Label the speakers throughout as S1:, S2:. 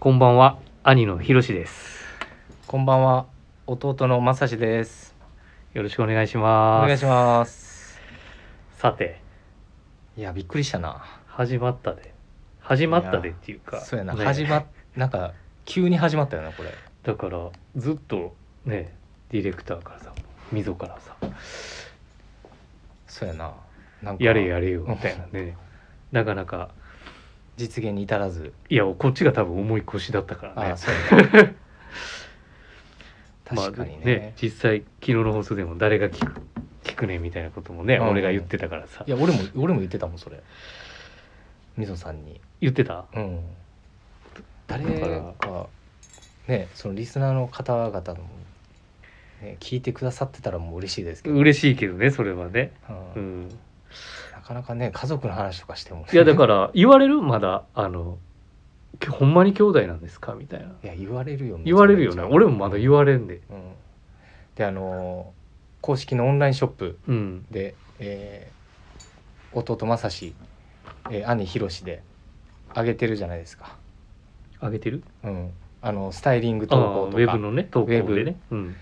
S1: こんばんは、兄のひろしです。
S2: こんばんは、弟のまさしです。
S1: よろしくお願いし
S2: お
S1: ます。
S2: 願いします。
S1: さて、
S2: いや、びっくりしたな。
S1: 始まったで。始まったでっていうか。
S2: そうやな、
S1: ね
S2: 始まっ、なんか急に始まったよな、これ。
S1: だから、ずっとね、ディレクターからさ、溝からさ、
S2: そうやな。なんか
S1: やれやれよみたいなね。なかなか、
S2: 実現に至らず。
S1: いや、こっちが多分重い腰だったからね
S2: あ、。そうや な。
S1: まあ
S2: 確かにね。
S1: 実際昨日の放送でも誰が聞く聞くねみたいなこともね、
S2: うん
S1: 俺が言ってたからさ
S2: いや、俺も、俺も言ってたもん、それ。みぞさんに。
S1: 言ってた
S2: うん。誰
S1: だから
S2: か。ね、そのリスナーの方々の。ね、聞いてくださってたら、もう嬉しいですけど。
S1: 嬉しいけどねそれはね、
S2: う
S1: う
S2: ん
S1: ん、
S2: なかなかね家族の話とかしても
S1: いやだ から言われるまだあの「ほんまに兄弟なんですか?」みたいない
S2: や言われるよ
S1: 言われるよね俺もまだ言
S2: わ
S1: われんで
S2: れうん、であのー公式のオンラインショップ
S1: うん
S2: で、えー弟正志、えー兄ひろしで上げてるじゃないですか、
S1: あげてる
S2: うん、あのスタイリング
S1: あ
S2: 投
S1: あ
S2: 稿
S1: ウ
S2: と
S1: ェ
S2: か
S1: ブのね投稿でね、うん、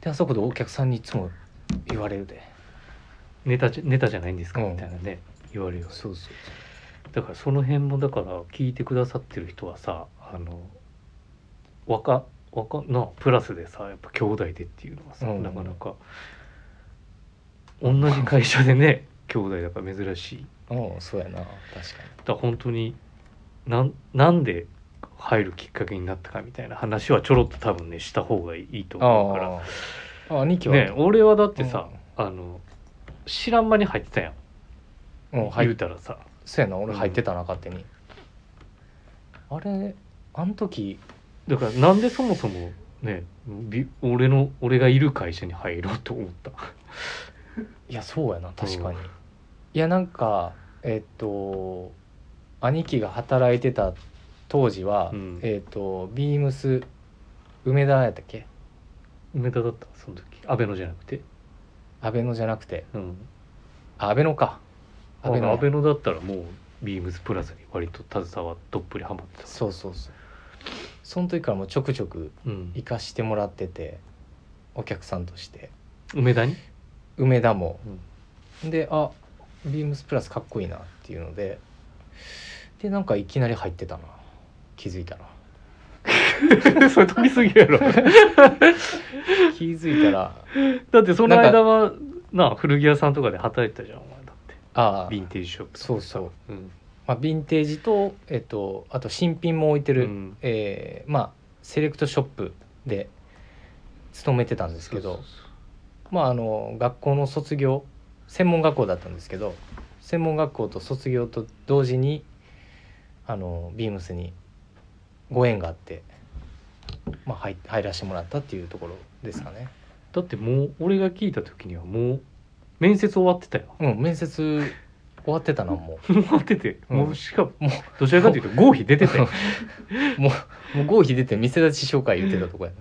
S2: であそこでお客さんにいつも言われるで
S1: ネタじゃネタじゃないんですか
S2: うん
S1: みたいなね言われるよ
S2: そうそう
S1: だからその辺もだから聞いてくださってる人はさあの若若なプラスでさやっぱ兄弟でっていうのはさ、
S2: うん
S1: なかなか同じ会社でね兄弟だから珍しい
S2: うんそうやな
S1: だ
S2: 確
S1: から本当になんなんで入るきっかけになったかみたいな話はちょろっと多分ねした方がいいと
S2: かに
S1: 思うか
S2: あああ兄貴
S1: ら
S2: は、
S1: ね俺はだってさ、あの知らん間に入ってたやん、
S2: うん、入
S1: 言
S2: っ
S1: うたらさ
S2: そうやな俺入ってたな勝手に、あれあの時
S1: だからなんでそもそもねび俺の俺がいる会社に入ろうと思った
S2: いやそうやな確かに、いやなんかえっ、と兄貴が働いてた当時は、
S1: うん
S2: えっ、とビームス梅田やったっけ
S1: 梅田だったその時安倍野じゃなくて
S2: アベノじゃなくて
S1: うん
S2: あアベノか
S1: あ
S2: アベ
S1: の
S2: ノや
S1: 安倍野だったらもうビームスプラスに割と携わっどっぷりハマってた
S2: そうそうそうその時からもうちょくちょく
S1: うん
S2: 行かしてもらっててお客さんとして
S1: 梅田に、
S2: 梅田も
S1: うん
S2: であビームスプラスかっこいいなっていうのででなんかいきなり入ってたな気づい たら
S1: それ飛びすぎやろ
S2: 気づいたら
S1: だってその間はなあ古着屋さんとかで働いてたじゃんお前だって
S2: ああ
S1: ヴィンテージショップとか
S2: そうそう、
S1: うん
S2: まあ、ヴィンテージと、えっと、あと新品も置いて
S1: う
S2: る、
S1: ん
S2: えーまあセレクトショップで勤めてたんですけど
S1: そうそう
S2: まああの学校の卒業専門学校だったんですけど専門学校と卒業と同時にあのビームスにご縁があって、まあ、入入らせてもらったっていうところですかね。
S1: そうだってもう俺が聞いた時にはもう面接終わってたよ
S2: うん面接終わってたなも
S1: もう終わってて、
S2: うん
S1: もうしかも
S2: もう
S1: どちらかというと合否 出
S2: う
S1: て たよ
S2: もうもう合否出て店立ち紹介言ってたとこやな。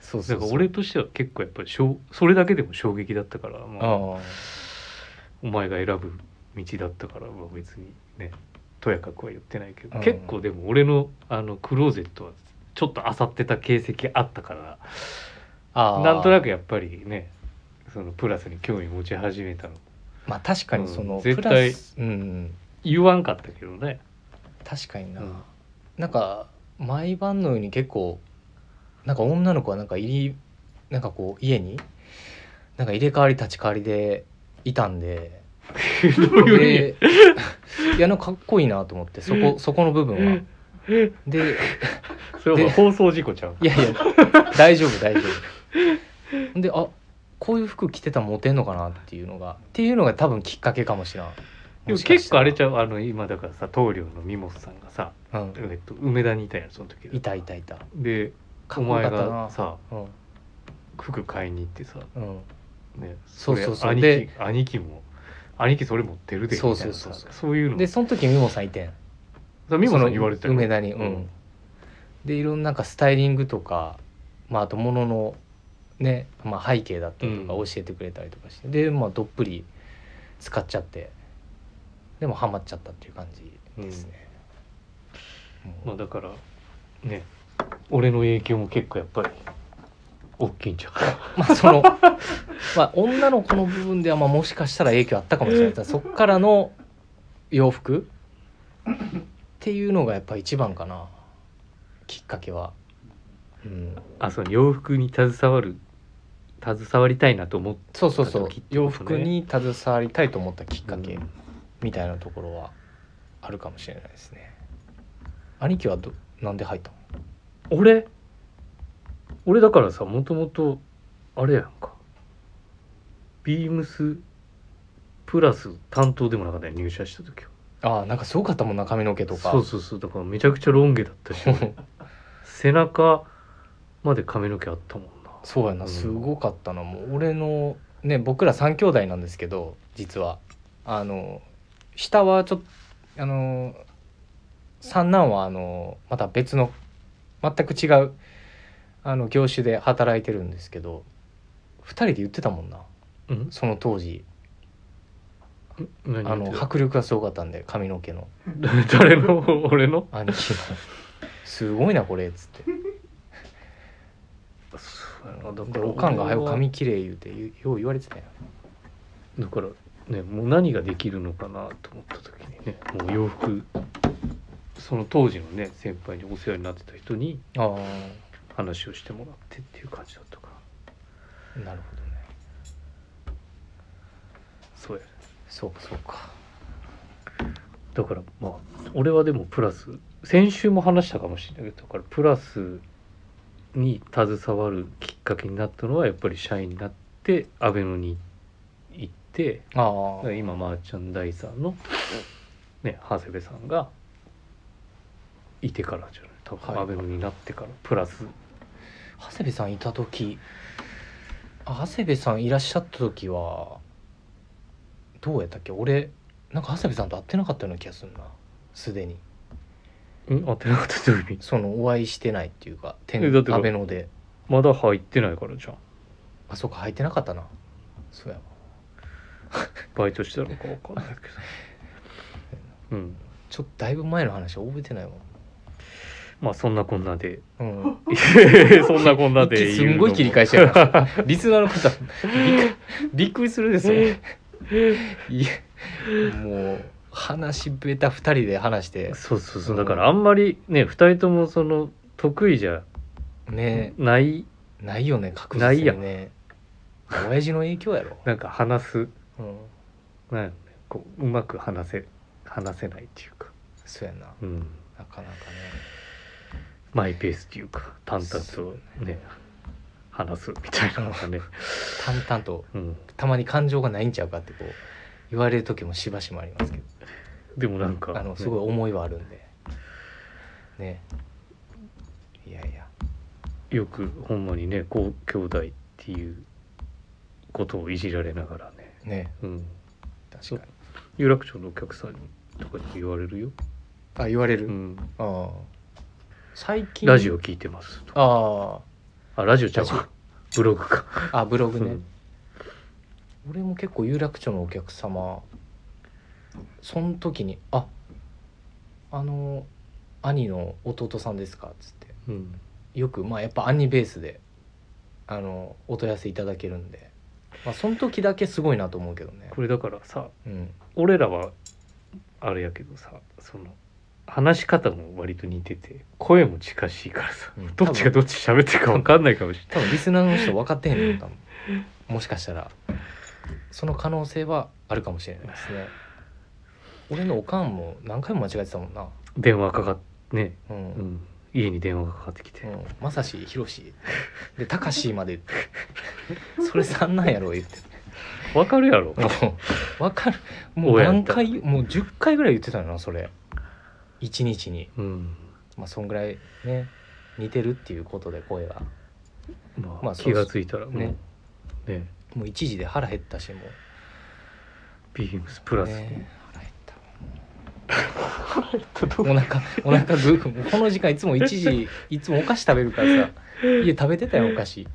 S2: そうそ
S1: だ
S2: う
S1: か
S2: そう
S1: ら俺としては結構やっぱりしょうそれだけでも衝撃だったから、まあ
S2: あ
S1: お前が選ぶ道だったから、まあ、別にねとやかくは言ってないけど、
S2: うん
S1: 結構でも俺のあのクローゼットはちょっと漁ってた形跡あったから
S2: ああ
S1: なんとなくやっぱりねそのプラスに興味持ち始めたの
S2: まあ確かにその、
S1: うん絶
S2: プ
S1: 対
S2: ラスうん
S1: 言わんかったけどね、
S2: 確かに
S1: う
S2: な、
S1: ん
S2: なんか毎晩のように結構なんか女の子はなんか入りなんかこう家になんか入れ替わり立ち替わりでいたんで
S1: どういう意味
S2: で いやなんかかっこいいなと思ってそこそこの部分はで
S1: それは放送事故ちゃう
S2: いやいや大丈夫大丈夫であこういう服着てたらモテんのかなっていうのがっていうのが多分きっかけかもしれん
S1: でも結構あれち
S2: ゃ
S1: ゃうあの今だからさ棟梁のミモスさんがさ、
S2: う、うん、
S1: えっと、梅田にいたやんその時
S2: いたいたいた
S1: で
S2: か
S1: お
S2: っこよか
S1: 前
S2: ったな
S1: がさ
S2: うん
S1: 服買いに行ってさ
S2: うん
S1: ね、
S2: そうそうそう
S1: れ兄
S2: で
S1: 貴兄貴も兄貴それ持ってるでみたい
S2: そ
S1: な
S2: う
S1: さ
S2: そうそうそう
S1: そういうの
S2: でその時みもさんいてん
S1: さ美穂さんに言われてた
S2: その梅田にうん、
S1: うん
S2: でいろんななんかスタイリングとか、まあ、あと物のね、まあ、背景だったりとか
S1: う
S2: 教
S1: ん
S2: えてくれたりとかして、で、まあ、どっぷり使っちゃってでもハマっちゃったっていう感じですね、
S1: ま
S2: う
S1: あ
S2: ん
S1: だからね俺の影響も結構やっぱり大きいんちゃう
S2: まあそのまあ女の子の部分ではまあもしかしたら影響あったかもしれないただそこからの洋服っていうのがやっぱ一番かなきっかけは、うん、
S1: あその洋服に携わる携わりたいなと思っ
S2: そうそうそう、
S1: きっかけってことね
S2: 洋服に携わりたいと思ったきっか
S1: た
S2: けみたいなところはあるかもしれないですね兄貴はどなんで入ったの
S1: 俺俺だからさもともとあれやんかビームスプラス担当でもなかったよ入社した時は
S2: ああなんかすごかったもんな髪の毛とか
S1: そうそうそうだからめちゃくちゃロン毛だ ったし背中まで髪の毛あったもんな
S2: そうやなすごかったな、もう俺のね僕ら3兄弟なんですけど実はあの下はちょっとあの三男はあのまた別の全く違うあの業種で働いてるんですけど2人で言ってたもんな
S1: うん
S2: その当時
S1: 何
S2: あの
S1: 言って
S2: 迫力がすごかったんで髪の毛の
S1: た 誰の俺の
S2: 兄貴 の「すごいなこれ」っつってでおかんが「はよ髪きれい」言うてよよう言われてたよ
S1: だからねもう何ができるのかなと思った時にねもう洋服その当時のね先輩にお世話になってた人に
S2: あ
S1: 話をしてもらってっていう感じだったから
S2: あなるほどね
S1: そうやね
S2: そうかそうか
S1: だからまあ俺はでもプラス先週も話したかもしれないけどだからプラスに携わるきっかけになったのはやっぱり社員になってアベノに行って
S2: あ
S1: だ
S2: あ
S1: から今マーチャンダイザーの、ね、長谷部さんがいてからじゃない多
S2: はい
S1: 分アベノになってからプラス
S2: 長谷部さんいた時あ長谷部さんいらっしゃった時はどうやったっけ俺なんか長谷部さんと会ってなかったような気がするなすでに
S1: ん当てなかった時に
S2: そのお会いしてないっていうか天
S1: えだって
S2: アベノで
S1: まだ入ってないからじゃん
S2: あそうか入ってなかったなそうやわ
S1: バイトしてたのか分かんないけ どうん
S2: ちょっとだいぶ前の話覚えてないわ
S1: まあそんなこんな で
S2: うん
S1: そんなこんなで
S2: 一気
S1: 言うの
S2: すん
S1: も
S2: ごい切り返してるな リスナーの方びっくびっくりするですねいやもう話ベタ二人で話して
S1: そうそうそううんだからあんまりね2人ともその得意じゃ
S2: ね
S1: ない
S2: ないよね確
S1: ない
S2: 実
S1: や
S2: にね親父の影響や ろ、
S1: なんか話す
S2: うん、
S1: なんやろねこううまく話せ話せないっていうか、
S2: そうやな
S1: うん、
S2: なかなかね
S1: マイペースっていうか淡々とね話すみたいなの がね、
S2: 淡々と
S1: うん、
S2: たまに感情がないんちゃうかってこう言われる時もしばしばありますけど
S1: でもなんか、
S2: あのすごい
S1: ね
S2: 思いはあるんでねいやいや
S1: よくほんまにねこう兄弟っていうことをいじられながらね、
S2: ね
S1: うん、
S2: 確かに
S1: 有楽町のお客さんとかにも言われるよ、
S2: あ言われる、
S1: うん、
S2: ああ最近
S1: ラジオ聞いてますと
S2: あ
S1: あラジオちゃう
S2: ラジ
S1: かブログか、
S2: ああブログね、
S1: うん
S2: 俺も結構有楽町のお客様その時に「ああの兄の弟さんですか」っつって
S1: うん、
S2: よくまあやっぱ兄ベースであのお問い合わせいただけるんで、まあ、その時だけすごいなと思うけどね
S1: これだからさ
S2: うん
S1: 俺らはあれやけどさその話し方も割と似てて声も近しいからさ、
S2: うん
S1: どっちがどっち喋ってるか分かんないかもしれない
S2: 多分リスナーの人分かってへんのかももしかしたらその可能性はあるかもしれないですね俺のおかんも何回も間違えてたもんな
S1: 電話かかってね、
S2: う
S1: う
S2: ん、うん
S1: ん、家に電話がかかってきて、
S2: まさしひろしでたかしまで言ってそれ3なんやろ 言って
S1: わかるやろ、
S2: もう分かるもう
S1: 親や
S2: 何
S1: った
S2: 回もう10回ぐらい言ってたよなそれ1日に
S1: うん
S2: まあそんぐらいね似てるっていうことで声は
S1: まあ
S2: まあ
S1: 気がついたらもう
S2: ね
S1: ね
S2: もう一時で腹減ったしもう
S1: ビームスプラスに、
S2: ね腹減ったお腹お腹グーもうこの時間いつも1時いつもお菓子食べるからさ家食べてたよお菓子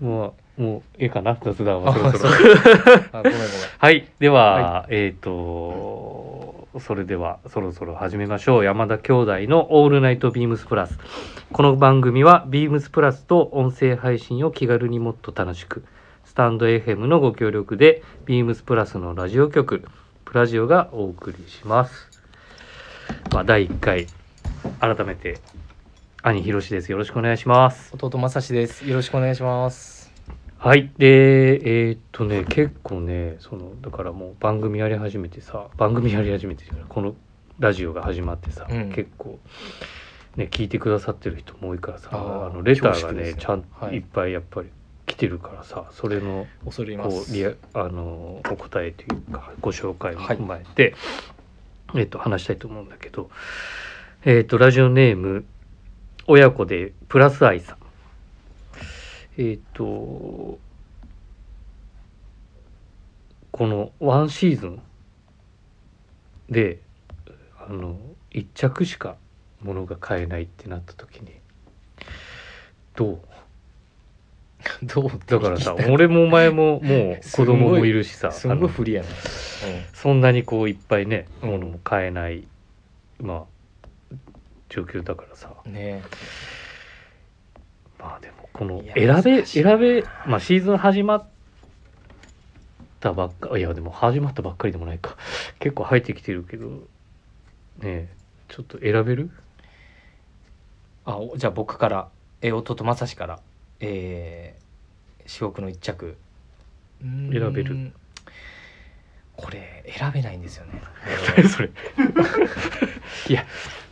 S1: もうもうええかな雑談
S2: あ
S1: はそろそろ
S2: あごめんごめん
S1: はいでは、えっ、とそれではそろそろ始めましょう山田兄弟の「オールナイトビームスプラス」この番組はビームスプラスと音声配信を気軽にもっと楽しくスタンド FM のご協力でビームスプラスのラジオ局プラジオがお送りします、まあ、第1回改めて兄ひろしですよろしくお願いします
S2: 弟正志ですよろしくお願いします
S1: はいでえーっとね結構ねそのだからもう番組やり始めてさ番組やり始めてじゃないこのラジオが始まってさ、
S2: うん
S1: 結構ね聞いてくださってる人も多いからさ
S2: あ
S1: あ
S2: ー
S1: のレター
S2: 恐
S1: が
S2: 縮
S1: ね
S2: ですよ
S1: ちゃん
S2: はい
S1: いっぱいやっぱり来てるからさそれの
S2: 恐れ入りま
S1: こ
S2: す
S1: うリアあのお答えというかご紹介も
S2: はい
S1: 踏まえて、えっと話したいと思うんだけど、えっとラジオネーム親子でプラス愛さんえっとこのワンシーズンであの1着しか物が買えないってなった時にどう
S2: どうっ
S1: だ
S2: て聞
S1: か
S2: きたい
S1: らさ俺もお前ももう子供もいるしさ
S2: すん
S1: あ
S2: ご
S1: の
S2: い不利やな、
S1: そんなにこういっぱいね
S2: うん
S1: 物も買えない、まあ状況だからさ
S2: うん、ね
S1: まあでもこの
S2: いや
S1: 選べ
S2: 難しい
S1: 選べまあシーズン始まったばっかいやでも始まったばっかりでもないか 結構入ってきてるけどねえちょっと選べる
S2: あおじゃあ僕から、えー、弟正志からえー、至極の一着うーん
S1: 選べる
S2: これ選べないんですよね
S1: それ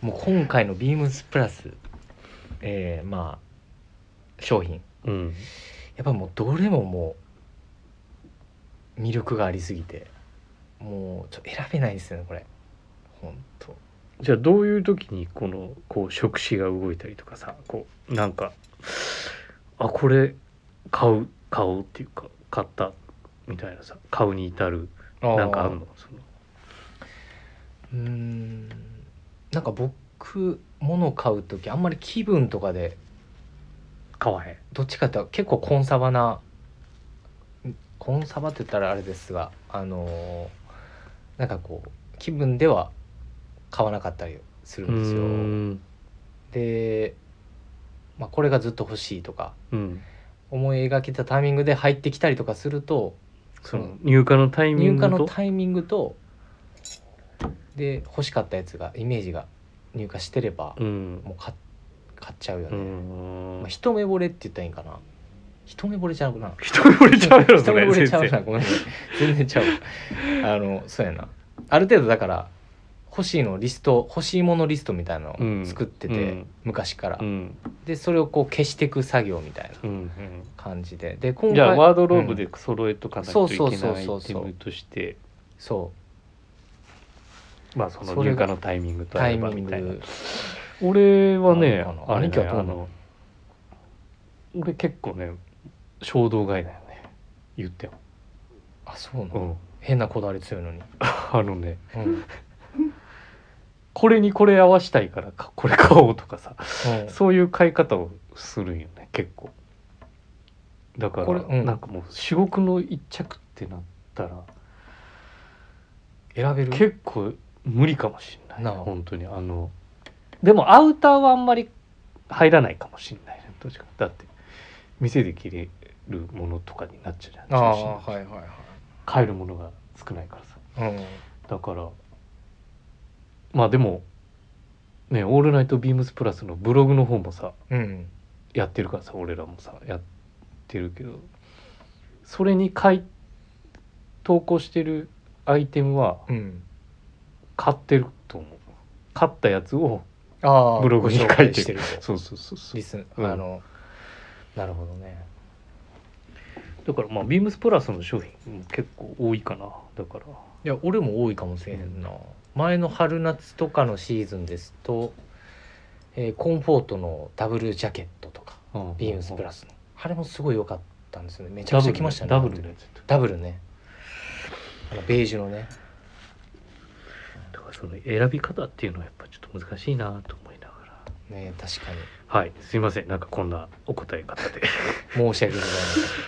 S2: もう今回のビームスプラスえー、まあ商品
S1: うん
S2: やっぱもうどれももう魅力がありすぎてもうちょっと選べないんですよねこれほんと
S1: じゃあどういう時にこのこう触手が動いたりとかさこうなんかあこれ買う買おうっていうか買ったみたいなさ買うに至るなんかあるのその
S2: うーんなんか僕物を買う時あんまり気分とかで
S1: 買わへん
S2: どっちかっていうと結構コンサバなんコンサバって言ったらあれですがあのーなんかこう気分では買わなかったりするんです
S1: う
S2: よ。
S1: ん
S2: で、まあ、これがずっと欲しいとか
S1: うん
S2: 思い描けたタイミングで入ってきたりとかすると
S1: その入荷のタイミ
S2: 入
S1: ング
S2: 荷
S1: と
S2: のタイミングとで欲しかったやつがイメージが入荷してれば
S1: うん
S2: もう買っ買っちゃうよ
S1: う
S2: ね、
S1: ん
S2: まあ、一目惚れって言ったらいいんかな一目惚れちゃうな
S1: 一目惚れちゃうやろ
S2: 一
S1: そ
S2: 目
S1: れ
S2: 惚れちゃう
S1: 全
S2: な
S1: 然
S2: ごめんね全然ちゃうあのそうやなある程度だから欲しいのリスト欲しいものリストみたいな
S1: うん
S2: のを作ってて、
S1: うん
S2: 昔から、
S1: うん
S2: でそれをこう消していく作業みたいな
S1: うん
S2: 感じでで
S1: う
S2: 今
S1: ん
S2: 回
S1: じゃあワードローブで揃えとかないといけない
S2: うんそうそう
S1: アイ
S2: そう
S1: テ
S2: そう
S1: ムとして
S2: そ
S1: まあその
S2: そ
S1: 入
S2: れ
S1: 荷
S2: が
S1: のタイミング
S2: う
S1: とあ
S2: タ
S1: れ
S2: イ
S1: ば
S2: ミ
S1: み
S2: ン
S1: たいな
S2: グ
S1: 俺はね
S2: あるのかな
S1: あれだよ
S2: 兄貴はど
S1: あ
S2: うなの
S1: の俺結構ね衝動買いだよね言っても、
S2: あそうな
S1: う
S2: の、
S1: ん、
S2: 変なこだわり強いのに、
S1: あのね
S2: うん うん
S1: これにこれ合わしたいからかこれ買おうとかさそういう買い方をするんよね結構だから、
S2: これうん
S1: なんかもう至極の一着ってなったら
S2: 選べる
S1: 結構無理かもしんない
S2: なあ
S1: 本当にあのでもアウターはあんまり入らないかもしんないねどっちかだって店で着れるものとかになっちゃうじゃん
S2: ああ
S1: 中心
S2: はいはいはい
S1: 買えるものが少ないからさ
S2: うん、
S1: だからまあでもね「オールナイトビームスプラス」のブログの方もさ
S2: うん、
S1: やってるからさ俺らもさやってるけどそれに買い投稿してるアイテムは
S2: うん、
S1: 買ってると思う買ったやつを
S2: ああ
S1: ブログに書いてる
S2: ご紹介してると
S1: そうそうそうそう
S2: リス、
S1: うん
S2: あのなるほどね
S1: だからまあビームスプラスの商品も結構多いかなだから
S2: いや俺も多いかもしれへんな、前の春夏とかのシーズンですと、えーコンフォートのダブルジャケットとかビームスプラ
S1: ス
S2: スのあれもすごい良かったんですよねめちゃ
S1: ダブ
S2: くちゃ
S1: ル
S2: 来ましたね
S1: ダブルのやつ
S2: ダブルねあのベージュのね
S1: だからその選び方っていうのはやっぱちょっと難しいなと思いながら
S2: ね確かに
S1: はい、すいません。なんかこんなお答え方で。
S2: 申し訳ござい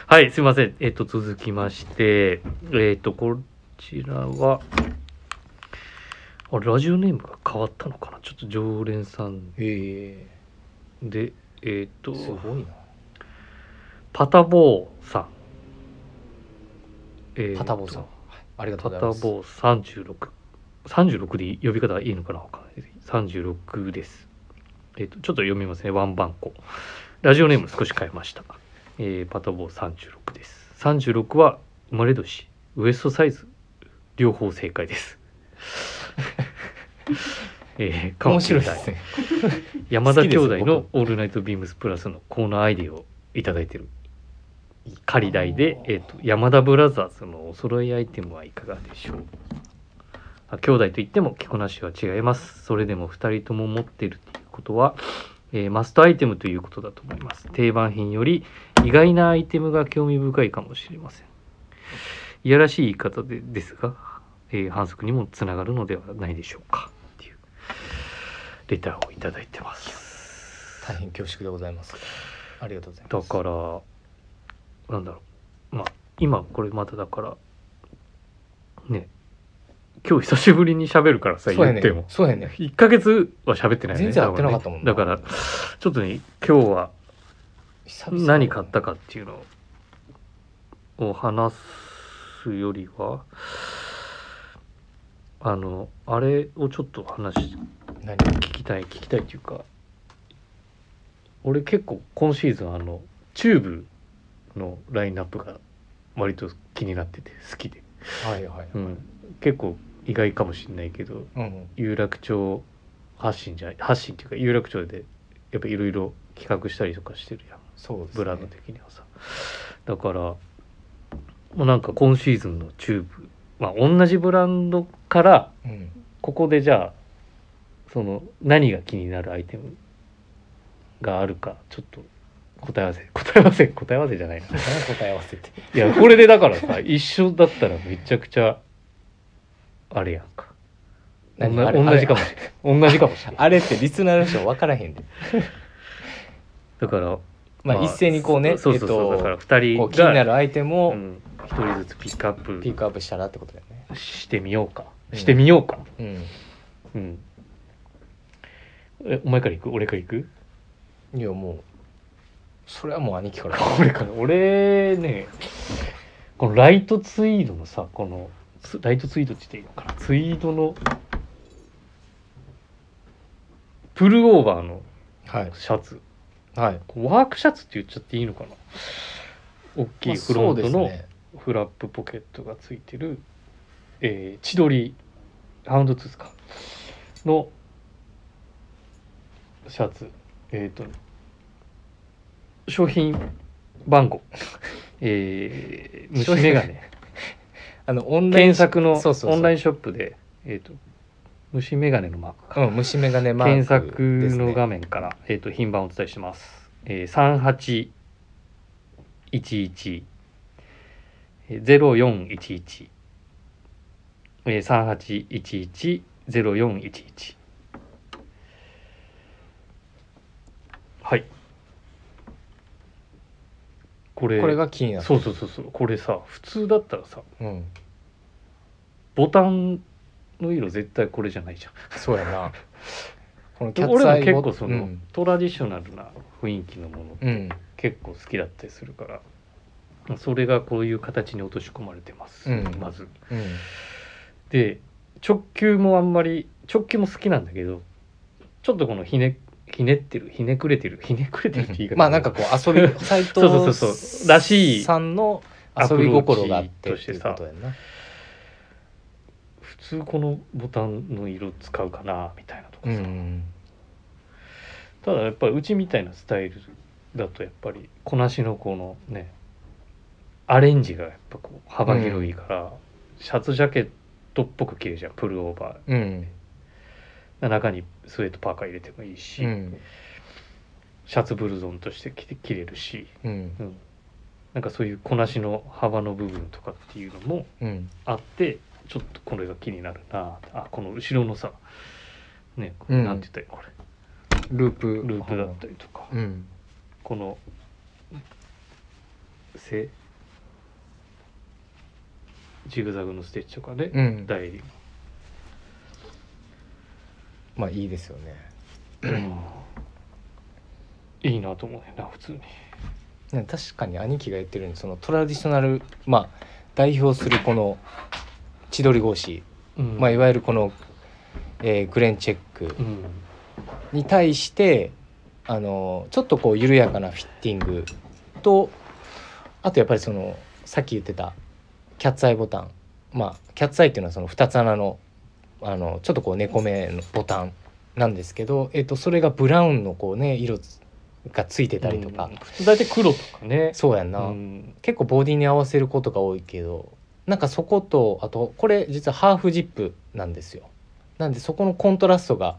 S1: はい、すいません。えっ、と、続きまして、えっ、と、こちらは、あラジオネームが変わったのかなちょっと常連さん
S2: え
S1: でえっ、と
S2: すごいな
S1: パタボーさん、えー
S2: パタボーさんはいありがと
S1: パタ
S2: うございます
S1: ボー3636で呼び方がいいのかなわかんないです36ですえっ、とちょっと読みますねワンバンコラジオネーム少し変えました、えーパタボー36です36は生まれ年ウエストサイズ両方正解ですえー、か
S2: 面
S1: もし
S2: 白
S1: れ
S2: いで
S1: ない
S2: すね
S1: 山田兄弟
S2: 好きです
S1: の
S2: よ
S1: 「オールナイトビームスプラス」のコーナーアイディアをいただいてる仮代で、えー、と山田ブラザーズのお揃いアイテムはいかがでしょうあ兄弟といっても着こなしは違いますそれでも2人とも持ってるということは、えーマストアイテムということだと思います定番品より意外なアイテムが興味深いかもしれませんいやらしい言い方でですが、えー反則にもつながるのではないでしょうかっていうレターをいただいてます
S2: 大変恐縮でございますありがとうござい
S1: だ
S2: ます
S1: からなんだろうまあ今これまただからね今日久しぶりに喋るからさ
S2: そうや
S1: 言って
S2: ね
S1: も
S2: そうやね
S1: 1ヶ月は喋ってないよね
S2: 全然会ってなかったもんな
S1: だからねだからちょっとね今日は
S2: 久々
S1: 何買ったかっていうのを話すよりはあのあれをちょっと話し
S2: 何
S1: 聞きたい聞きたいっていうか俺結構今シーズンあのチューブのラインナップが割と気になってて好きで、
S2: はいはい
S1: うん、結構意外かもしれないけど
S2: うんうん
S1: 有楽町発信じゃない発信っていうか有楽町でやっぱいろいろ企画したりとかしてるやん
S2: そうですね
S1: ブランド的にはさ、だからもうなんか今シーズンのチューブまあ同じブランドから
S2: うん
S1: ここでじゃあその何が気になるアイテムがあるかちょっと答え合わせ 答え合わせ答え合わせじゃないな
S2: 何答え合わ せて
S1: いやこれでだからさ 一緒だったらめちゃくちゃあれやんかおん
S2: 何
S1: な
S2: あれ
S1: 同じかもしれない同じかもしれない
S2: あれ ってリスナーの人分からへんで
S1: だから
S2: まあ一斉にこうねえっ
S1: そうそうそう、だ
S2: と
S1: から
S2: こ
S1: 2人
S2: う気にな
S1: が
S2: るアイテム
S1: う
S2: を
S1: ん一人ずつピックア
S2: ピッ
S1: ッ
S2: クアップしたらってことだよね
S1: プしてみようか、
S2: うん
S1: してみようか
S2: う
S1: うんえお前から行く俺から行く
S2: んいやもうそれはもう兄貴から
S1: これかな俺ねこのライトツイードのさこのつライトツイードって言っていいのかなツイードのプルオーバーの
S2: はい
S1: シャツ
S2: はい
S1: こうワークシャツって言っちゃっていいのかな大きいフロント
S2: まあ
S1: の
S2: そうですね
S1: フラップポケットがついてる、えー千鳥ハウンドツースかのシャツえっ、と商品番号 えー、虫眼鏡
S2: あのオンライン
S1: 検索の
S2: そうそうそ
S1: オ
S2: う
S1: ンラインショップで、えー、と虫眼鏡のマークか
S2: うん虫眼鏡マーク
S1: 検索
S2: ですね
S1: の画面から、えっ、と、品番をお伝えします。えー、3811、えー、0411、えー、3811-0411。はい。これ、
S2: これが気になる
S1: そうそうそうそう、これさ、普通だったらさ、
S2: うん
S1: ボタンの色絶対これじゃないじゃん。
S2: そうやなこのキャッ
S1: 俺
S2: ツ
S1: も
S2: アイ
S1: 結
S2: ボ
S1: 構その、
S2: うん
S1: トラディショナルな雰囲気のもの
S2: うん
S1: 結構好きだったりするから、それがこういう形に落とし込まれてます、
S2: うん
S1: まず
S2: うん
S1: で直球もあんまり直球も好きなんだけどちょっとこのひねひねってるひねくれてるひねくれてるって言い方
S2: まあなんかこう遊び 斎藤
S1: そうそうそうらしい
S2: さんの遊び心があってっていうことやんな
S1: 普通このボタンの色使うかなみたいなとか
S2: う
S1: さ、
S2: ん
S1: ただやっぱりうちみたいなスタイルだとやっぱりこなしのこのねアレンジがやっぱこう幅広いから、シャツジャケットっぽく着るじゃんプルオーバ
S2: うん
S1: ー中にスウェットパーカー入れてもいいし、
S2: うん
S1: シャツブルゾンとして着て着れるし、
S2: うん
S1: うんなんかそういうこなしの幅の部分とかっていうのも
S2: うん
S1: あってちょっとこれが気になるなあこの後ろのさね、
S2: うん
S1: なんて言ったらいいのこ
S2: ループ
S1: れループだったりとか、
S2: うん
S1: このせジグザグのステッチとかで
S2: うん
S1: 代理
S2: まあいいですよね
S1: いいなと思うねんな普通に
S2: ね確かに兄貴が言ってるようにそのトラディショナルまあ代表するこの千鳥格子、
S1: うん
S2: まあ、いわゆるこの、えーグレンチェック
S1: うん
S2: に対してあのちょっとこう緩やかなフィッティングとあとやっぱりそのさっき言ってたキャッツアイボタンまあキャッツアイっていうのはその2つ穴のあのちょっとこう猫目のボタンなんですけど、えっとそれがブラウンのこうね色がついてたりとか、
S1: うん大体黒とかね
S2: そうやん
S1: う
S2: な、
S1: ん
S2: 結構ボディに合わせることが多いけどなんかそことあとこれ実はハーフジップなんですよなんでそこのコントラストが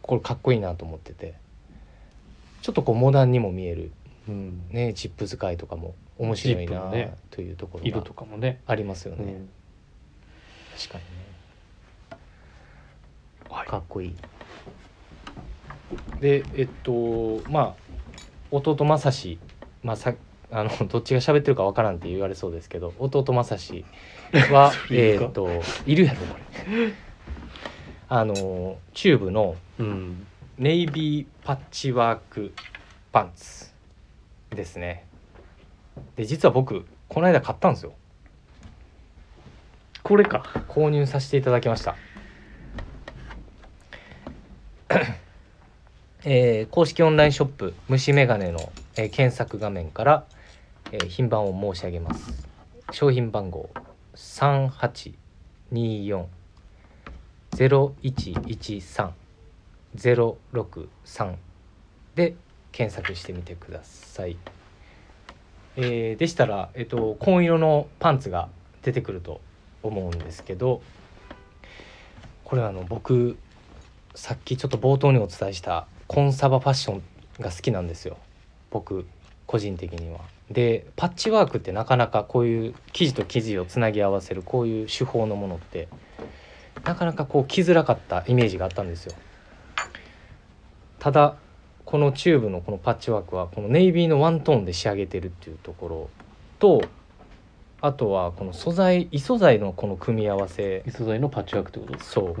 S2: これかっこいいなと思っててちょっとこうモダンにも見える
S1: うん
S2: ねチップ使いとかも面白
S1: ジ
S2: い
S1: ップ
S2: な
S1: のね
S2: というところ
S1: 色
S2: が
S1: とかもね
S2: ありますよね
S1: うん
S2: 確かにね
S1: はい
S2: かっこいいでえっとまあ弟正志まあさ あのどっちが喋ってるかわからんって言われそうですけど弟正志は
S1: それい
S2: え
S1: るか
S2: っといるやろこれ あのチューブの
S1: うん
S2: ネイビーパッチワークパンツですねで実は僕この間買ったんですよ
S1: これか
S2: 購入させていただきました えー公式オンラインショップ虫眼鏡の、えー検索画面から、えー品番を申し上げます商品番号3824-0113-063で検索してみてください、えーでしたら、えっと紺色のパンツが出てくると思うんですけどこれあの僕さっきちょっと冒頭にお伝えしたコンサバファッションが好きなんですよ僕個人的には。でパッチワークってなかなかこういう生地と生地をつなぎ合わせるこういう手法のものってなかなかこう着づらかったイメージがあったんですよ。ただこのチューブのこのパッチワークはこのネイビーのワントーンで仕上げてるっていうところとあとはこの素材異素材のこの組み合わせ
S1: 異素材のパッチワークってことです
S2: そう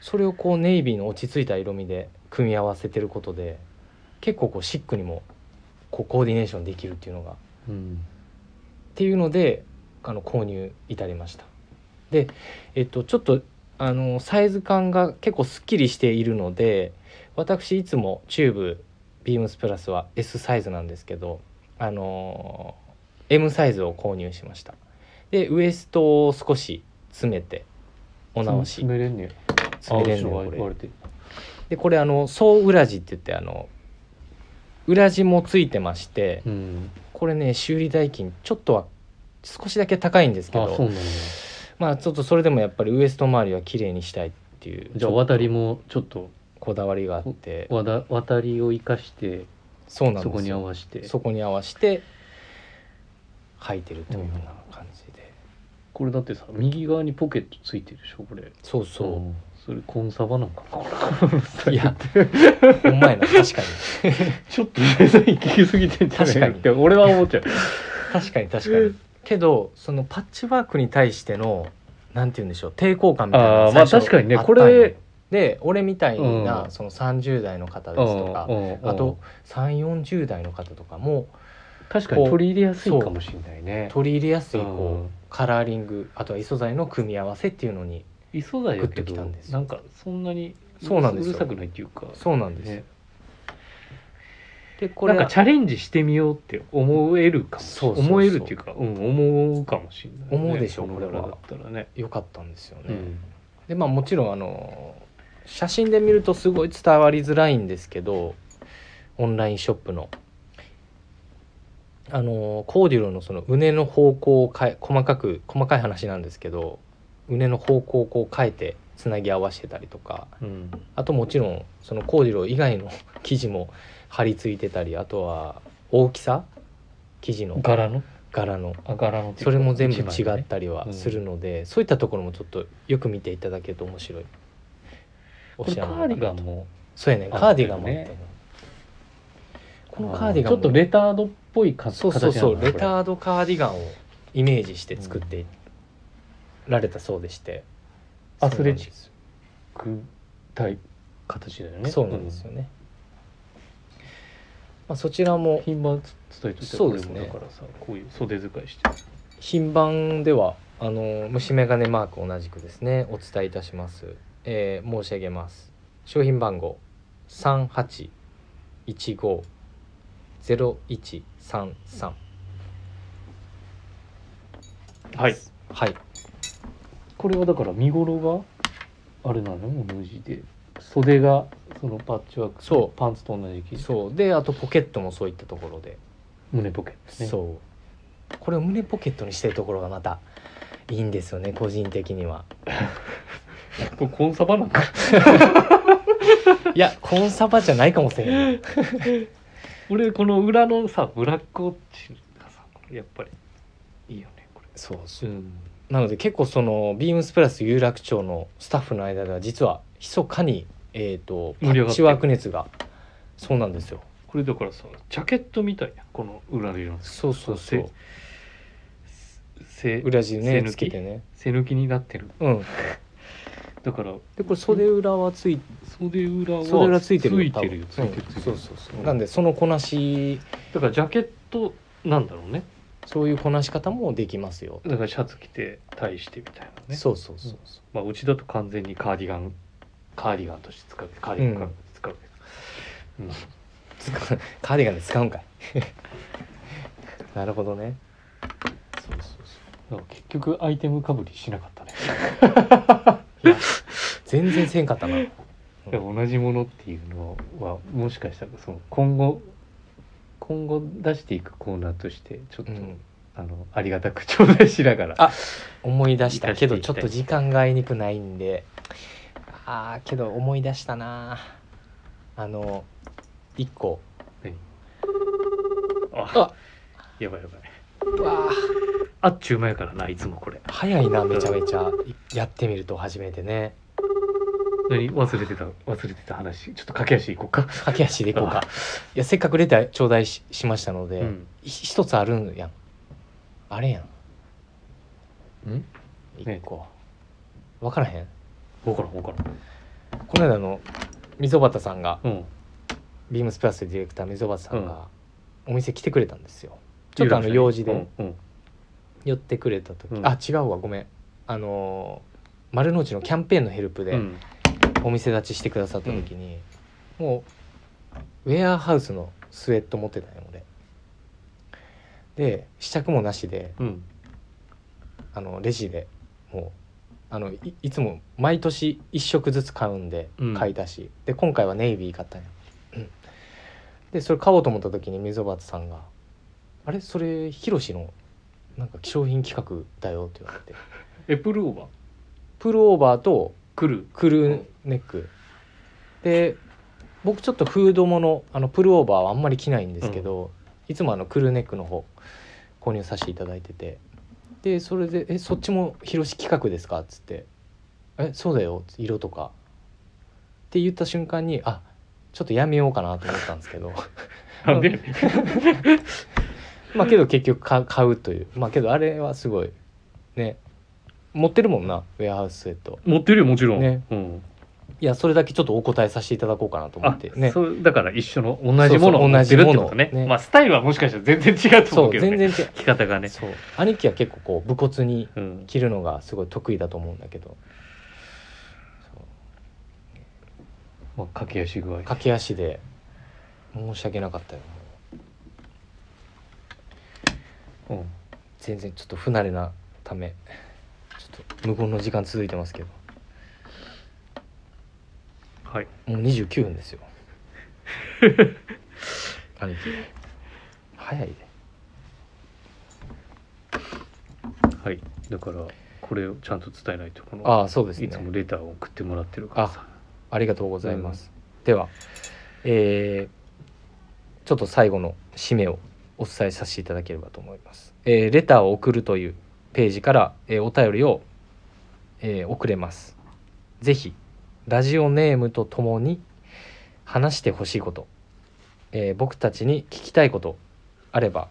S2: それをこうネイビーの落ち着いた色味で組み合わせてることで結構こうシックにもこうコーディネーションできるっていうのがっ
S1: うん
S2: ていうのであの購入至りましたでえっとちょっとあのサイズ感が結構すっきりしているので私いつもチューブビームスプラスは S サイズなんですけどあの M サイズを購入しましたでウエストを少し詰めてお直し
S1: 詰めれんねや
S2: 詰めれん
S1: あ
S2: の
S1: 後ろ
S2: これ
S1: 割れてる
S2: でこれあの総裏地って言ってあの裏地もついてまして
S1: うん
S2: これね修理代金ちょっとは少しだけ高いんですけ
S1: あそう
S2: ど
S1: なんだ
S2: まあちょっとそれでもやっぱりウエスト周りは綺麗にしたいっていう
S1: じゃあ渡りもちょっと
S2: こだわりがあって
S1: わだ渡りを生かして
S2: そうなん
S1: そこ
S2: です
S1: に合
S2: よ
S1: わせて
S2: そこに合わせて履いてるというような感じで、
S1: これだってさ右側にポケットついてるでしょこれ
S2: そうそ
S1: んそれコンサバなんかなこれ
S2: ういやお前な確かに
S1: ちょっとデザイン聞きすぎてんじゃない
S2: 確かに
S1: って俺は思っちゃう
S2: 確かに確かにけどそのパッチワークに対してのなんて言うんでしょう抵抗感みたいなのが
S1: あーまあ
S2: 最初
S1: 確かにね
S2: あったんよ
S1: これ
S2: で俺みたいな、
S1: うん
S2: その30代の方ですとか、
S1: うんうん
S2: あと340代の方とかも
S1: 確かに取り入れやすいかもしれないね
S2: 取り入れやすい
S1: うん
S2: こうカラーリングあとは異素材の組み合わせっていうのに
S1: 異素材だけ
S2: グッと
S1: ど
S2: きたんです
S1: なんかそんなに
S2: そうなんですよ
S1: るさくないっていうか
S2: そうなんです、
S1: ね
S2: でこ
S1: な
S2: れ
S1: んかチャレンジしてみようって思えるかも
S2: そうそうそう
S1: 思えるっていうかうん思うかもしれないね
S2: 思うでしょ
S1: こ
S2: こ
S1: れ
S2: れ
S1: だ
S2: は
S1: ったらね
S2: 良かったんですよね、
S1: うん
S2: でまあもちろんあの写真で見るとすごい伝わりづらいんですけどオンラインショップのあのコーデュロのその畝の方向を変え細かく細かい話なんですけど畝の方向をこう変えてつなぎ合わせてたりとか
S1: うん
S2: あともちろんそのコーデュロ以外の 生地も貼り付いてたりあとは大きさ生地の
S1: 柄の
S2: 柄の
S1: あ柄のっていう
S2: そ
S1: か
S2: れも全部
S1: 一枚
S2: 違
S1: ね
S2: ったりはするので、そういったところもちょっとよく見ていただけると面白いお
S1: これカーディガンも
S2: そうやね
S1: あ
S2: カーディガンもあ
S1: あ
S2: っ
S1: ったたよね
S2: よねこのカーディガン
S1: ちょっとレ
S2: タ
S1: タードっぽいか形
S2: そうそうそう
S1: なのかな
S2: レタードカーディガンをイメージして作ってられたそうでして、
S1: うん
S2: そうなんです
S1: これたい形だよね
S2: そうなんですよね、まあ、そちら
S1: うん
S2: も
S1: 品番伝えといて
S2: そうですね
S1: 俺もだからさこういう袖使いして
S2: 品番ではあの虫眼鏡マーク同じくですねお伝えいたします、えー申し上げます商品番号38150133
S1: はい
S2: はい
S1: これはだから見頃があれなの無地で袖がそのパッチワーク
S2: そう
S1: パンツと同じ生地
S2: そうであとポケットもそういったところで、
S1: 胸ポケットね
S2: そうこれを胸ポケットにしてるところがまたいいんですよね個人的には
S1: これコンサバなんか
S2: いやコンサバじゃないかもしれない
S1: 俺この裏のさブラックウォッチがさやっぱりいいよねこ
S2: そう
S1: れうん
S2: なので結構そのビームスプラス有楽町のスタッフの間では実は密かにえっ、とパ
S1: 盛り上がってる
S2: ッチワーク熱がそうなんですよ
S1: これだからさジャケットみたいなこの裏の色の
S2: そうそうそう
S1: せ
S2: 裏
S1: 背
S2: 地ね
S1: 抜き
S2: つけてね
S1: 背抜きになってる
S2: うん
S1: だから
S2: でこれ袖裏はつい
S1: 袖裏は
S2: 袖裏ついてる
S1: ついてるよつ
S2: 多
S1: いて
S2: 分
S1: るついて
S2: うん
S1: る
S2: そうそうそうなんでそのこなし
S1: だからジャケットなんだろうね
S2: そういうこなし方もできますよ、
S1: だからシャツ着て対してみたいなね
S2: そうそうそうそう
S1: まあ、うちだと完全にカーディガンカーディガンとして使うカーディガンとして使うけど、うん
S2: 使うカーディガンで使うんかい なるほどねそうそうそう
S1: だから結局アイテムかぶりしなかったね、
S2: 全然せんかったな
S1: でも同じものっていうのはもしかしたらその今後今後出していくコーナーとしてちょっと、
S2: うん
S1: あのありがたく頂戴しながら
S2: あ思い出したけど
S1: 生か
S2: ちょっ
S1: していきたい
S2: と時間があいにくないんであーけど思い出したなあの1個
S1: あやばいやばいう
S2: わー
S1: あっちゅう前からないつもこれ
S2: 早いなめちゃめちゃやってみると初めてね
S1: 何忘れてた忘れてた話ちょっと駆け足いこうか、
S2: 駆け足でいこうかいやせっかくレター頂戴ししましたので、
S1: うん
S2: い一つあるんやんあれやん
S1: うん
S2: 1個、分からへん
S1: 分からん分からん
S2: この間あの溝端さんが
S1: うん
S2: ビームスプラスディレクター溝端さん
S1: うん
S2: がお店来てくれたんですよ、ちょっとあの用事で、
S1: うんうん
S2: 寄ってくれた時、
S1: うん
S2: あ違うわごめんあのー丸の内のキャンペーンのヘルプ
S1: う
S2: で
S1: ん
S2: お店立ちしてくださった時に、もうウェアハウスのスウェット持ってたよ俺で試着もなしで
S1: うん
S2: あのレジでもうあのいいつも毎年1色ずつ買うんで
S1: うん
S2: 買い出し、で今回はネイビー買ったんや、うんでそれ買おうと思った時に溝端さんが「あれそれヒロシのなんか商品企画だよ」って言われて
S1: エプルオーバー
S2: プルオーバーと
S1: 来る
S2: クルーネックで僕ちょっとフードものあのプルオーバーはあんまり着ないんですけど、いつもあのクルーネックの方購入させていただいててでそれで「えそっちも広し企画ですか?」っつって「えそうだよ色とか」って言った瞬間にあちょっとやめようかなと思ったんですけど
S1: なんで
S2: まあけど結局か買うというまあけどあれはすごいね持ってるもんなウェアハウススウェット
S1: 持ってるよもちろん、
S2: ね
S1: うん、
S2: いやそれだけちょっとお答えさせていただこうかなと思
S1: あ
S2: ってね
S1: そうだから一緒の同じもの
S2: そうそ
S1: を
S2: う
S1: 持ってるってこと
S2: 同じもの
S1: ね
S2: ね
S1: まあスタイルはもしかしたら全然違うと
S2: そ
S1: 思
S2: う
S1: うけどね
S2: 全然違う
S1: 着方がね、
S2: そう兄貴は結構こう武骨に
S1: うん、
S2: 着るのがすごい得意だと思うんだけどそ
S1: まあ駆け足具合
S2: う駆け足で申し訳なかったよ
S1: うん、
S2: 全然ちょっと不慣れなためちょっと無言の時間続いてますけど
S1: はい
S2: もう29 分ですよ兄貴早いで
S1: はいだからこれをちゃんと伝えないとこの
S2: ああそうです
S1: いつも
S2: ね
S1: レターを送ってもらってるからさ
S2: ありがとうございます、ではえーちょっと最後の締めをお伝えさせていただければと思います。えーレターを送るというページから、えーお便りを、えー送れます。ぜひラジオネームとともに話してほしいこと、えー僕たちに聞きたいことあれば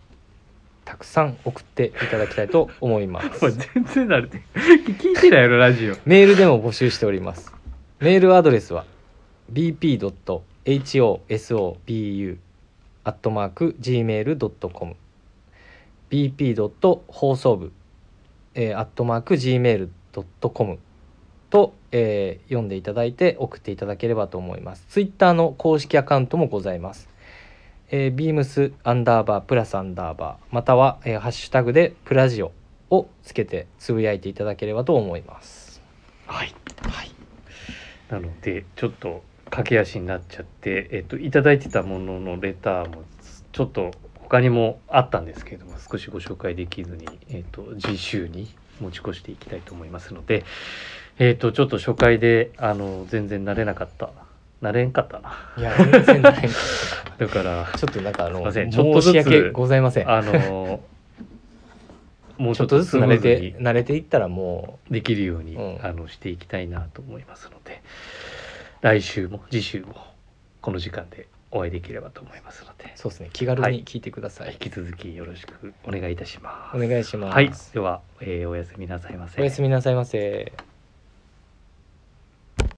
S2: たくさん送っていただきたいと思います
S1: お前。全然慣れて 聞いてないやろラジオ
S2: メールでも募集しております。メールアドレスは bp.hosobu.gmail.com bp. 放送部、えー、.gmail.com と、えー読んでいただいて送っていただければと思います。ツイッターの公式アカウントもございます。えー、beams アンダーバープラスアンダーバーまたは、えーハッシュタグでプラジオをつけてつぶやいていただければと思います。
S1: はい、はい、なのでちょっと駆け足になっちゃって、えっと、いただいてたもののレターもちょっと他にもあったんですけれども少しご紹介できずに、えっと、次週に持ち越していきたいと思いますので、えっと、ちょっと初回であの全然慣れなかった慣れんかったない
S2: や全然ない
S1: だ から
S2: ちょっとなんかあ
S1: すい
S2: の
S1: ませんちょっと
S2: 申
S1: ずつ
S2: し訳ございません。
S1: あ のもう
S2: ちょっとずつ慣れ
S1: スムーズに
S2: て慣れていったらも
S1: できるように、
S2: うん
S1: あのしていきたいなと思いますので来週も次週もこの時間でお会いできればと思いますので
S2: う、そうですね気軽
S1: はい
S2: に聞いてください。
S1: 引き続きよろしくお願いいたします。
S2: お願いします。
S1: はい、では、えーおやすみなさいませ。
S2: おやすみなさいませ。